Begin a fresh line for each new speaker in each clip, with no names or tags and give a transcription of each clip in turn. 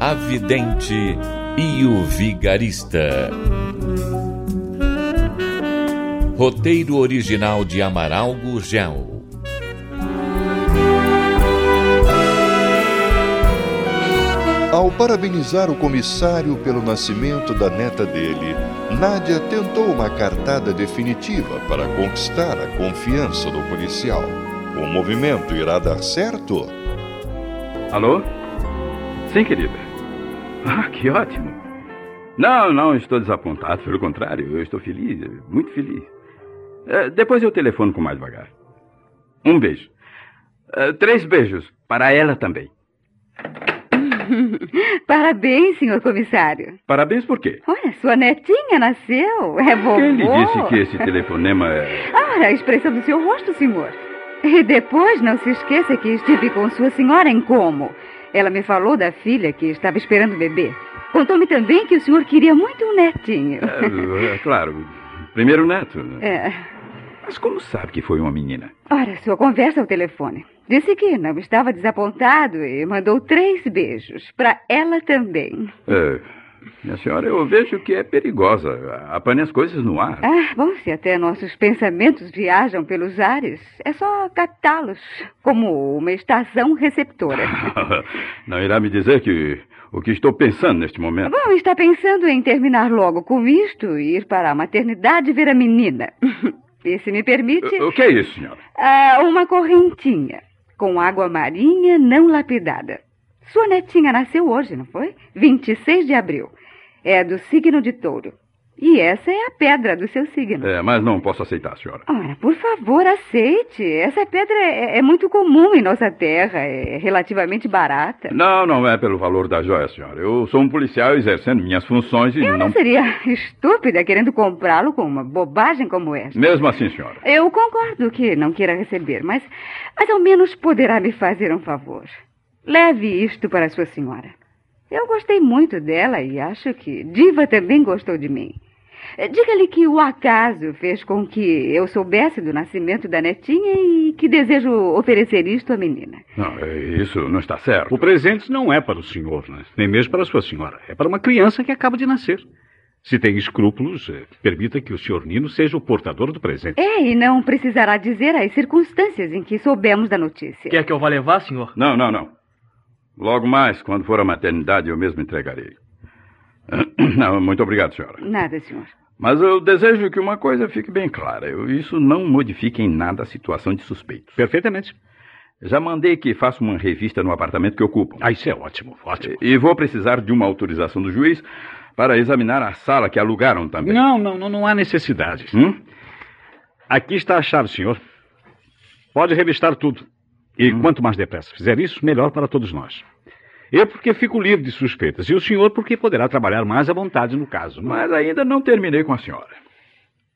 A Vidente e o Vigarista. Roteiro original de Amaral Gurgel.
Ao parabenizar o comissário pelo nascimento da neta dele, Nádia tentou uma cartada definitiva para conquistar a confiança do policial. O movimento irá dar certo?
Alô? Sim, querida. Ah, que ótimo. Não, não estou desapontado, pelo contrário, eu estou feliz, muito feliz. Eh, depois eu telefono com mais vagar. Um beijo. Eh, três beijos para ela também.
Parabéns, senhor comissário.
Parabéns por quê?
Olha, sua netinha nasceu. É vovô.
Quem lhe disse que esse telefonema é.
Ora, a expressão do seu rosto, senhor. E depois não se esqueça que estive com sua senhora em como. Ela me falou da filha que estava esperando o bebê. Contou-me também que o senhor queria muito um netinho.
É, é claro, primeiro neto. né?
É.
Mas como sabe que foi uma menina?
Ora, sua conversa ao telefone. Disse que não estava desapontado e mandou três beijos para ela também.
É, minha senhora, eu vejo que é perigosa. Apanha as coisas no ar.
Ah, bom, se até nossos pensamentos viajam pelos ares, é só captá-los como uma estação receptora.
Não irá me dizer que o que estou pensando neste momento.
Bom, está pensando em terminar logo com isto e ir para a maternidade ver a menina. E se me permite,
O que é isso, senhora?
ah, uma correntinha com água marinha não lapidada. Sua netinha nasceu hoje, não foi? 26 de abril. É do signo de touro. E essa é a pedra do seu signo.
É, mas não posso aceitar, senhora.
Ora, por favor, aceite. Essa pedra é, é muito comum em nossa terra, é relativamente barata.
Não, não é pelo valor da joia, senhora. Eu sou um policial exercendo minhas funções e
Eu não
não.
seria estúpida querendo comprá-lo com uma bobagem como essa.
Mesmo assim, senhora.
Eu concordo que não queira receber, mas, mas ao menos poderá me fazer um favor. Leve isto para sua senhora. Eu gostei muito dela e acho que Diva também gostou de mim. Eh, Diga-lhe que o acaso fez com que eu soubesse do nascimento da netinha e que desejo oferecer isto à menina.
Não, é, isso não está certo.
O presente não é para o senhor, né? nem mesmo para a sua senhora. É para uma criança que acaba de nascer. Se tem escrúpulos, eh, permita que o senhor Nino seja o portador do presente.
É, e não precisará dizer as circunstâncias em que soubemos da notícia.
Quer que eu vá levar, senhor?
Não, não, não. Logo mais, quando for à maternidade, eu mesmo entregarei. Não, muito obrigado, senhora.
Nada, senhor.
Mas eu desejo que uma coisa fique bem clara. Eu- isso não modifica em nada a situação de suspeitos.
Perfeitamente.
Já mandei que faça uma revista no apartamento que ocupam.
Ah, isso é ótimo, ótimo.
E vou precisar de uma autorização do juiz para examinar a sala que alugaram também.
Não, não, não, não há necessidade.
Hum?
Aqui está a chave, senhor. Pode revistar tudo. E
Hum.
quanto mais depressa fizer isso, melhor para todos nós. Eu porque fico livre de suspeitas e o senhor porque poderá trabalhar mais à vontade no caso. Mas
Mas ainda não terminei com a senhora.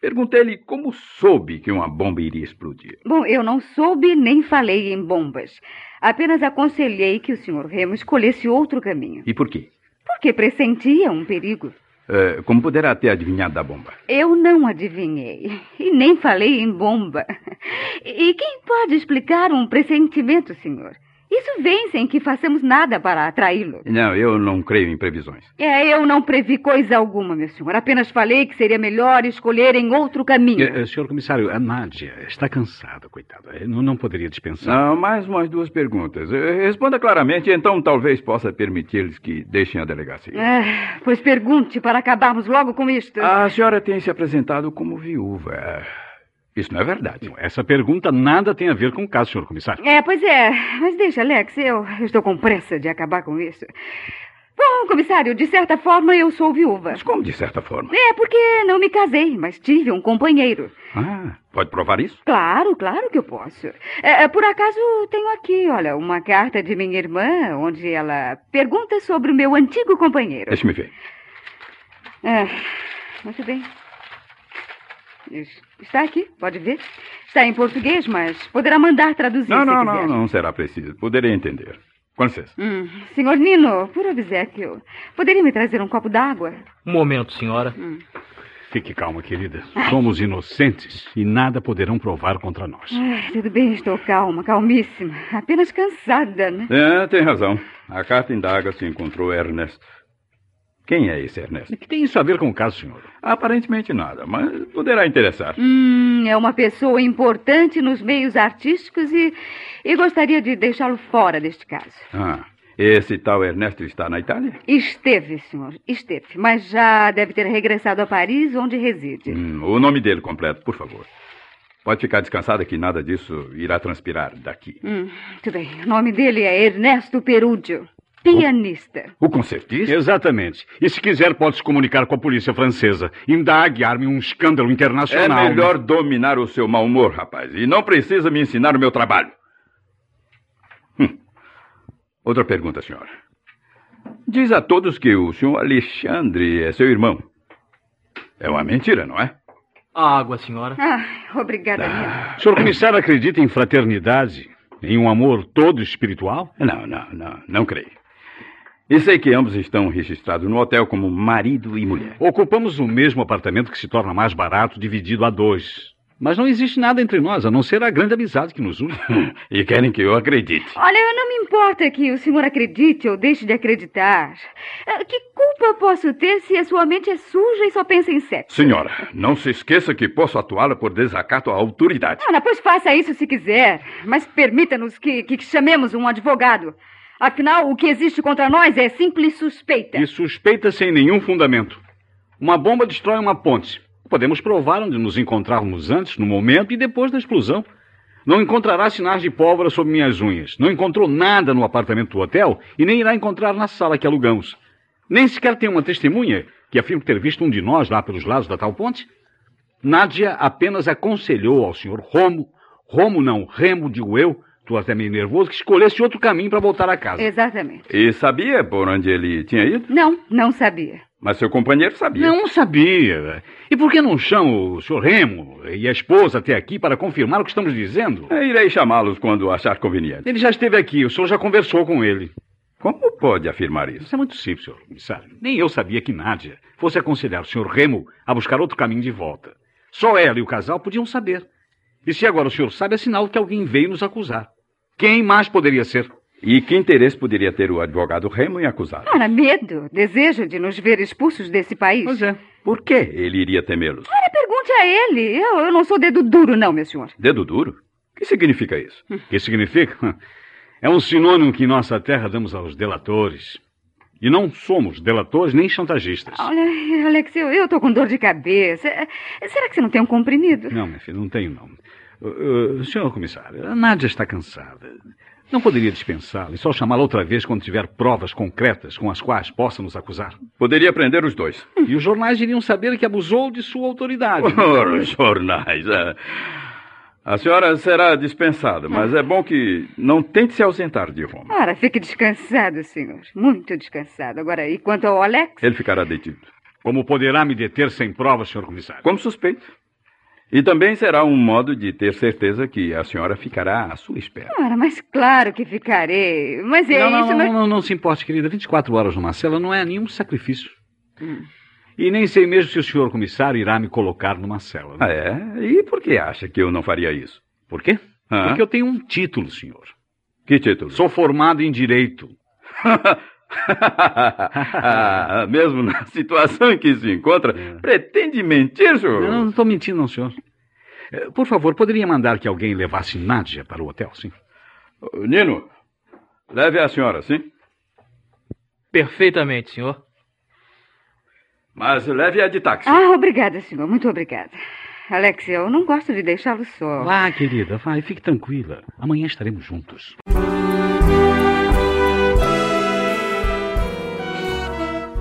Perguntei-lhe como soube que uma bomba iria explodir.
Bom, eu não soube nem falei em bombas. Apenas aconselhei que o Sr. Remo escolhesse outro caminho,
E por quê?
porque pressentia um perigo.
Eh, como poderá ter adivinhado da bomba?
Eu não adivinhei e nem falei em bomba. E quem pode explicar um pressentimento, senhor? Isso vem sem que façamos nada para atraí-lo.
Não, eu não creio em previsões.
É, eu não previ coisa alguma, meu senhor. Apenas falei que seria melhor escolherem outro
Eh,
caminho.
eh, Senhor comissário, a Nádia está cansada, coitada. Eh, Não, não poderia dispensar.
Não, mais umas duas perguntas. Eh, Responda claramente, então talvez possa permitir-lhes que deixem a delegacia.
Ah, pois pergunte para acabarmos logo com isto.
Ah.
A senhora tem se apresentado como viúva. Isso não é verdade.
Essa pergunta nada tem a ver com o caso, senhor comissário.
É, pois é. Mas deixa, Alex, eu eu estou com pressa de acabar com isso. Bom, comissário, de certa forma eu sou viúva.
Mas como de certa forma?
É, porque não me casei, mas tive um companheiro.
Ah, pode provar isso?
Claro, claro que eu posso. É, é, por acaso, tenho aqui, olha, uma carta de minha irmã, onde ela pergunta sobre o meu antigo companheiro.
Deixa-me ver.
É, muito bem. Es- Está aqui, pode ver. Está em português, mas poderá mandar traduzir
Não,
se
não,
quiser.
não, não será preciso. Poderei entender. Com licença.
Hum, senhor Nino, por obsequio, poderia me trazer um copo d'água?
Um momento, senhora.
Fique calma, querida. Somos inocentes e nada poderão provar contra nós.
Ai, tudo bem, estou calma, calmíssima. Apenas cansada, né?
É, tem razão. A carta indaga se encontrou Ernesto. Quem é esse Ernesto?
O que tem isso a ver com o caso, senhor?
Aparentemente nada, mas poderá interessar.
Hum, é uma pessoa importante nos meios artísticos e, e gostaria de deixá-lo fora deste caso.
Ah, esse tal Ernesto está na Itália?
Esteve, senhor, esteve, mas já deve ter regressado a Paris, onde reside.
Hum, o nome dele completo, por favor. Pode ficar descansada que nada disso irá transpirar daqui.
Hum, tudo bem, o nome dele é Ernesto Perúdio, pianista.
O concertista?
Exatamente. E se quiser, pode se comunicar com a polícia francesa. Indague, arme um escândalo
É
internacional.
melhor dominar o seu mau humor, rapaz. E não precisa me ensinar o meu trabalho. Hum. Outra pergunta, senhora. Diz a todos que o senhor Alexandre é seu irmão. É uma mentira, não é?
A água, senhora.
Ah, obrigada, Nino.
O senhor comissário acredita em fraternidade? Em um amor todo espiritual?
Não, não, não. Não creio. E sei que ambos estão registrados no hotel como marido e mulher.
Ocupamos o mesmo apartamento que se torna mais barato dividido a dois. Mas não existe nada entre nós, a não ser a grande amizade que nos une.
E querem que eu acredite.
Olha, eu não me importa que o senhor acredite ou deixe de acreditar. Ah, Que culpa posso ter se a sua mente é suja e só pensa em sexo?
Senhora, não se esqueça que posso atuá-la por desacato à autoridade.
Ana, pois faça isso se quiser, mas permita-nos que, que chamemos um advogado. Afinal, o que existe contra nós é simples suspeita.
E suspeita sem nenhum fundamento. Uma bomba destrói uma ponte. Podemos provar onde nos encontrarmos antes, no momento e depois da explosão. Não encontrará sinais de pólvora sob minhas unhas. Não encontrou nada no apartamento do hotel e nem irá encontrar na sala que alugamos. Nem sequer tem uma testemunha que afirma ter visto um de nós lá pelos lados da tal ponte. Nádia apenas aconselhou ao senhor Romo, Romo não, Remo, digo eu, tu até meio nervoso, que escolhesse outro caminho para voltar a casa.
Exatamente.
E sabia por onde ele tinha ido?
Não, não sabia.
Mas seu companheiro sabia.
Não sabia. E por que não chama o Sr. Remo e a esposa até aqui para confirmar o que estamos dizendo?
É, Irei chamá-los quando achar conveniente.
Ele já esteve aqui, o senhor já conversou com ele.
Como pode afirmar isso?
Isso é muito simples, senhor comissário. Nem eu sabia que Nádia fosse aconselhar o Sr. Remo a buscar outro caminho de volta. Só ela e o casal podiam saber. E se agora o senhor sabe, é sinal que alguém veio nos acusar. Quem mais poderia ser?
E que interesse poderia ter o advogado Remo em acusá-lo?
Ana, medo, desejo de nos ver expulsos desse país.
Pois é.
Por que ele iria temê-los?
Ora, pergunte a ele. Eu, eu não sou dedo duro, não, meu senhor.
Dedo duro? O que significa isso?
O que significa? É um sinônimo que em nossa terra damos aos delatores. E não somos delatores nem chantagistas.
Olha, Alex, eu, eu tô com dor de cabeça. Eh, Será que você não tem um comprimido?
Não, minha filha, não tenho, não. Uh, uh, senhor comissário, a Nádia está cansada. Não poderia dispensá-la e só chamá-la outra vez quando tiver provas concretas com as quais possa nos acusar.
Poderia prender os dois.
E os jornais iriam saber que abusou de sua autoridade.
Ora, jornais. ah. A senhora será dispensada, mas é bom que não tente se ausentar de Roma.
Ora, fique descansado, senhor. Muito descansado. Agora, e quanto ao Alex?
Ele ficará detido.
Como poderá me deter sem provas, senhor comissário?
Como suspeito. E também será um modo de ter certeza que a senhora ficará à sua espera.
Ora, mas claro que ficarei. Mas é
não, não,
isso,
não,
mas...
não, não, não se importe, querida. 24 horas numa cela não é nenhum sacrifício. E nem sei mesmo se o senhor comissário irá me colocar numa cela. né?
Ah, é? E por que acha que eu não faria isso?
Por quê?
Ah,
Porque eu tenho um título, senhor.
Que título?
Sou formado em direito.
Ah, mesmo na situação em que se encontra, pretende mentir, senhor?
É. Não, não estou mentindo, não, senhor. Eh, Por favor, poderia mandar que alguém levasse Nádia para o hotel, sim?
Nino, leve a senhora, sim?
Perfeitamente, senhor.
Mas leve-a de táxi.
Ah, obrigada, senhor. Muito obrigada. Alex, eu não gosto de deixá-lo só.
Vá, querida, vai, fique tranquila. Amanhã estaremos juntos.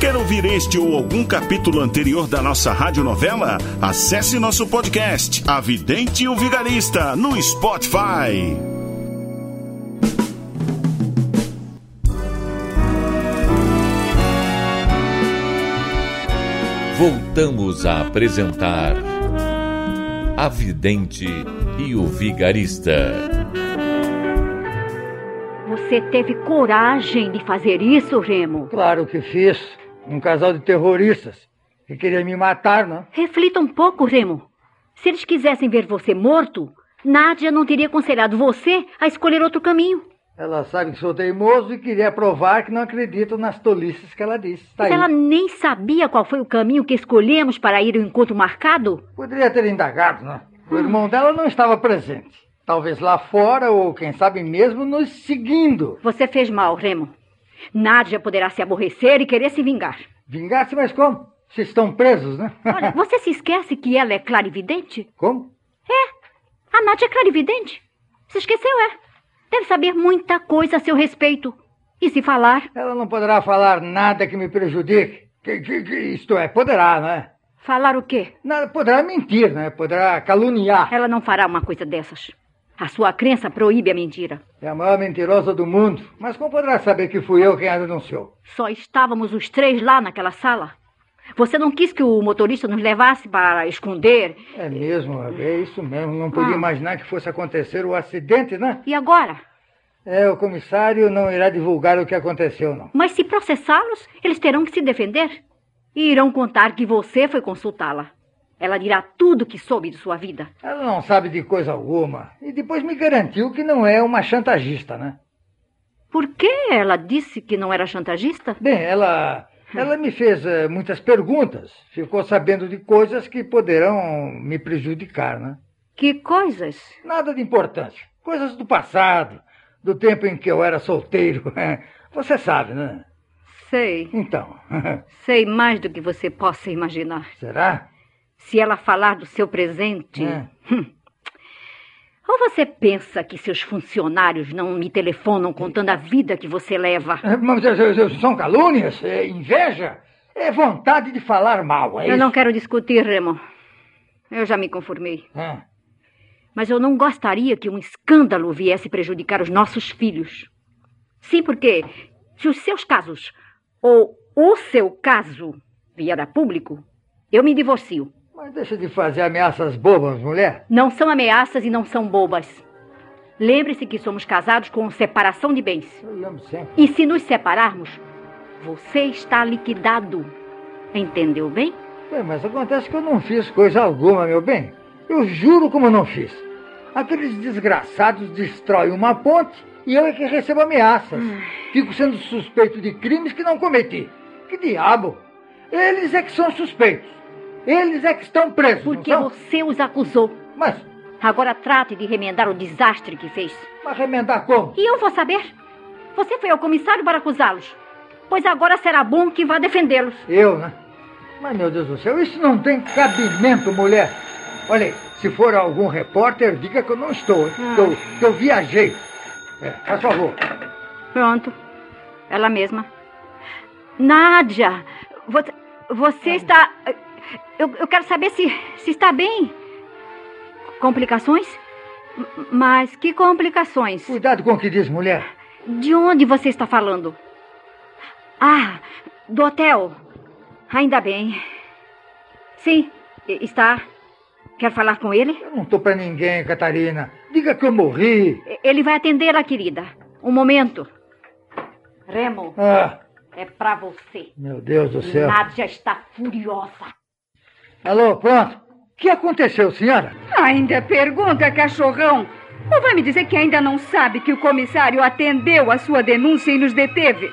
Quer ouvir este ou algum capítulo anterior da nossa radionovela? Acesse nosso podcast, A Vidente e o Vigarista, no Spotify.
Voltamos a apresentar A Vidente e o Vigarista.
Você teve coragem de fazer isso, Remo?
Claro que fiz. Um casal de terroristas que queria me matar, né?
Reflita um pouco, Remo. Se eles quisessem ver você morto, Nádia não teria aconselhado você a escolher outro caminho.
Ela sabe que sou teimoso e queria provar que não acredito nas tolices que ela disse. Tá
Mas
aí.
ela nem sabia qual foi o caminho que escolhemos para ir ao encontro marcado?
Poderia ter indagado, né?
Ah.
O irmão dela não estava presente. Talvez lá fora ou, quem sabe mesmo, nos seguindo.
Você fez mal, Remo. Nádia poderá se aborrecer e querer se vingar.
Vingar-se, mas como? Vocês estão presos, né?
Olha, você se esquece que ela é clarividente?
Como?
A Nádia é clarividente. Se esqueceu, é. Deve saber muita coisa a seu respeito. E se falar,
Ela não poderá falar nada que me prejudique. Que, que, que isto é, poderá, né?
falar o quê?
Nada, poderá mentir, né? Poderá caluniar.
Ela não fará uma coisa dessas. A sua crença proíbe a mentira.
É a maior mentirosa do mundo. Mas como poderá saber que fui eu quem a denunciou?
Só estávamos os três lá naquela sala. Você não quis que o motorista nos levasse para esconder.
É mesmo, é isso mesmo. Não podia imaginar que fosse acontecer o acidente, né?
E agora?
É, o comissário não irá divulgar o que aconteceu, não.
Mas se processá-los, eles terão que se defender. E irão contar que você foi consultá-la. Ela dirá tudo o que soube de sua vida.
Ela não sabe de coisa alguma. E depois me garantiu que não é uma chantagista, né?
Por que ela disse que não era chantagista?
Bem, ela. Ela me fez eh, muitas perguntas. Ficou sabendo de coisas que poderão me prejudicar, né?
Que coisas?
Nada de importância. Coisas do passado, do tempo em que eu era solteiro. Você sabe, né?
Sei,
Então,
sei mais do que você possa imaginar.
será?
Se ela falar do seu presente.
É.
Hum. Ou você pensa que seus funcionários não me telefonam contando a vida que você leva?
Mas eh, eh, são calúnias? É inveja? É vontade de falar mal, é
Eu
isso?
não quero discutir, Remo. Eu já me conformei.
Ah.
Mas eu não gostaria que um escândalo viesse prejudicar os nossos filhos. Sim, porque se os seus casos ou o seu caso vier a público, eu me divorcio.
Mas deixa de fazer ameaças bobas, mulher.
Não são ameaças e não são bobas. Lembre-se que somos casados com separação de bens.
Eu lembro sempre.
E se nos separarmos, você está liquidado. Entendeu bem?
Ué, mas acontece que eu não fiz coisa alguma, meu bem. Eu juro como eu não fiz. Aqueles desgraçados destroem uma ponte e eu é que recebo ameaças.
Hum.
Fico sendo suspeito de crimes que não cometi. Que diabo? Eles é que são suspeitos. Eles é que estão presos. não
Porque
são?
você os acusou.
Mas,
Agora trate de remendar o desastre que fez.
mas remendar como?
E eu vou saber? Você foi ao comissário para acusá-los. Pois agora será bom que vá defendê-los.
Eu, né? Mas, meu Deus do céu, isso não tem cabimento, mulher. Olha aí, se for algum repórter, diga que eu não estou, hein? que, eu, que eu viajei. É, faz favor.
Pronto. Ela mesma. Nádia, você, você está. Eu, eu quero saber se, se está bem. Complicações? M- Mas que complicações?
Cuidado com o que diz, mulher.
De onde você está falando? Ah, do hotel. Ainda bem. Sim, e- está. Quer falar com ele?
Eu não tô pra ninguém, Catarina. Diga que eu morri.
E- Ele vai atender a querida. Um momento. Remo,
Ah,
é pra você.
meu Deus do céu.
Nádia está furiosa.
Alô, pronto. O que aconteceu, senhora?
Ainda pergunta, cachorrão. Ou vai me dizer que ainda não sabe que o comissário atendeu a sua denúncia e nos deteve?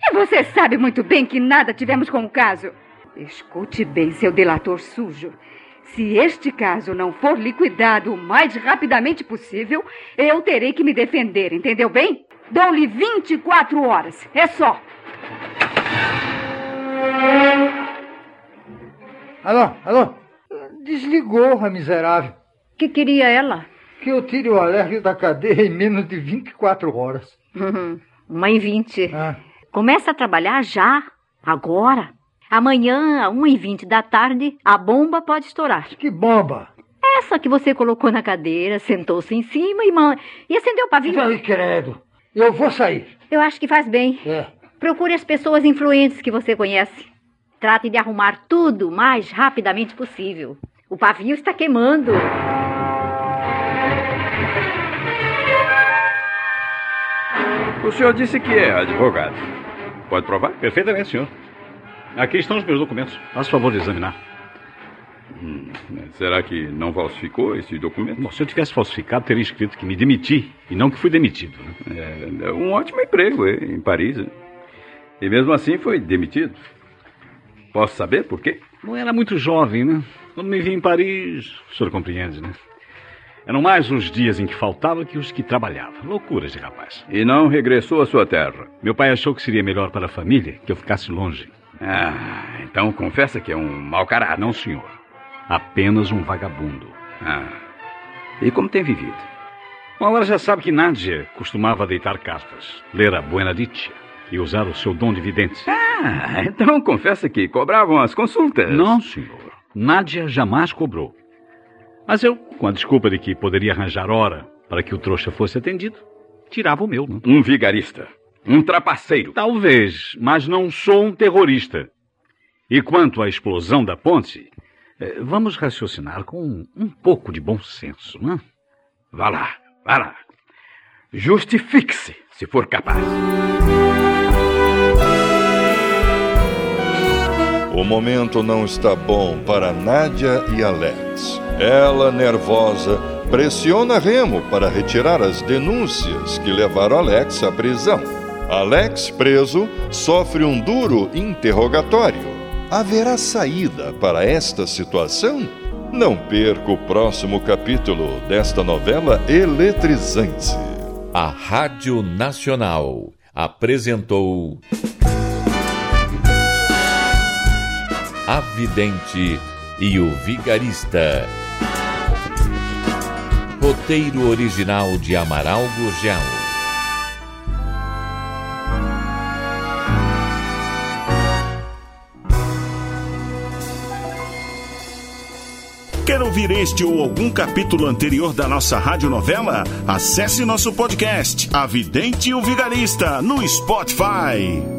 E você sabe muito bem que nada tivemos com o caso. Escute bem, seu delator sujo.
Se este caso não for liquidado o mais rapidamente possível, eu terei que me defender, entendeu bem? Dou-lhe 24 horas, é só.
Alô, alô? Desligou, a miserável.
Que queria ela?
Que eu tire o alérgio da cadeia em menos de 24 horas.
Uhum, Uma em 20.
Ah,
Começa a trabalhar já, agora. Amanhã, a 1h20 da tarde, a bomba pode estourar.
que bomba!
Essa que você colocou na cadeira, sentou-se em cima e, man... e acendeu o pavio.
Ai, credo! Eu vou sair.
Eu acho que faz bem.
É.
Procure as pessoas influentes que você conhece. Trate de arrumar tudo o mais rapidamente possível. O pavio está queimando.
O senhor disse que é advogado. Pode provar?
Perfeitamente, senhor. Aqui estão os meus documentos. Faça o favor de examinar.
Hum, Será que não falsificou esse documento?
Bom, se eu tivesse falsificado, teria escrito que me demiti e não que fui demitido. né?
É um ótimo emprego eh, em Paris. né? E mesmo assim foi demitido. Posso saber por quê?
Bom, era muito jovem, né? Quando me vi em Paris, o senhor compreende, né? Eram mais os dias em que faltava que os que trabalhava. Loucuras de rapaz.
E não regressou à sua terra.
Meu pai achou que seria melhor para a família que eu ficasse longe.
Ah, então confessa que é um mau
Ah,
caráter.
não, senhor. Apenas um vagabundo.
Ah. E como tem vivido?
Bom, agora já sabe que Nádia costumava deitar cartas, ler a Buenaditia e usar o seu dom de vidente.
Ah, então confessa que cobravam as consultas.
Não, senhor. Nádia jamais cobrou. Mas eu, com a desculpa de que poderia arranjar hora para que o trouxa fosse atendido, tirava o meu. Né?
Um vigarista. Um trapaceiro.
Talvez, mas não sou um terrorista. E quanto à explosão da ponte, eh, vamos raciocinar com um pouco de bom senso, né?
Vá lá, vá lá. Justifique-se, se for capaz.
O momento não está bom para Nádia e Alex. Ela, nervosa, pressiona Remo para retirar as denúncias que levaram Alex à prisão. Alex, preso, sofre um duro interrogatório. Haverá saída para esta situação? Não perca o próximo capítulo desta novela eletrizante.
A Rádio Nacional apresentou A Vidente e o Vigarista. Roteiro original de Amaral Gurgel.
Quer ouvir este ou algum capítulo anterior da nossa radionovela? Acesse nosso podcast, A Vidente e o Vigarista, no Spotify.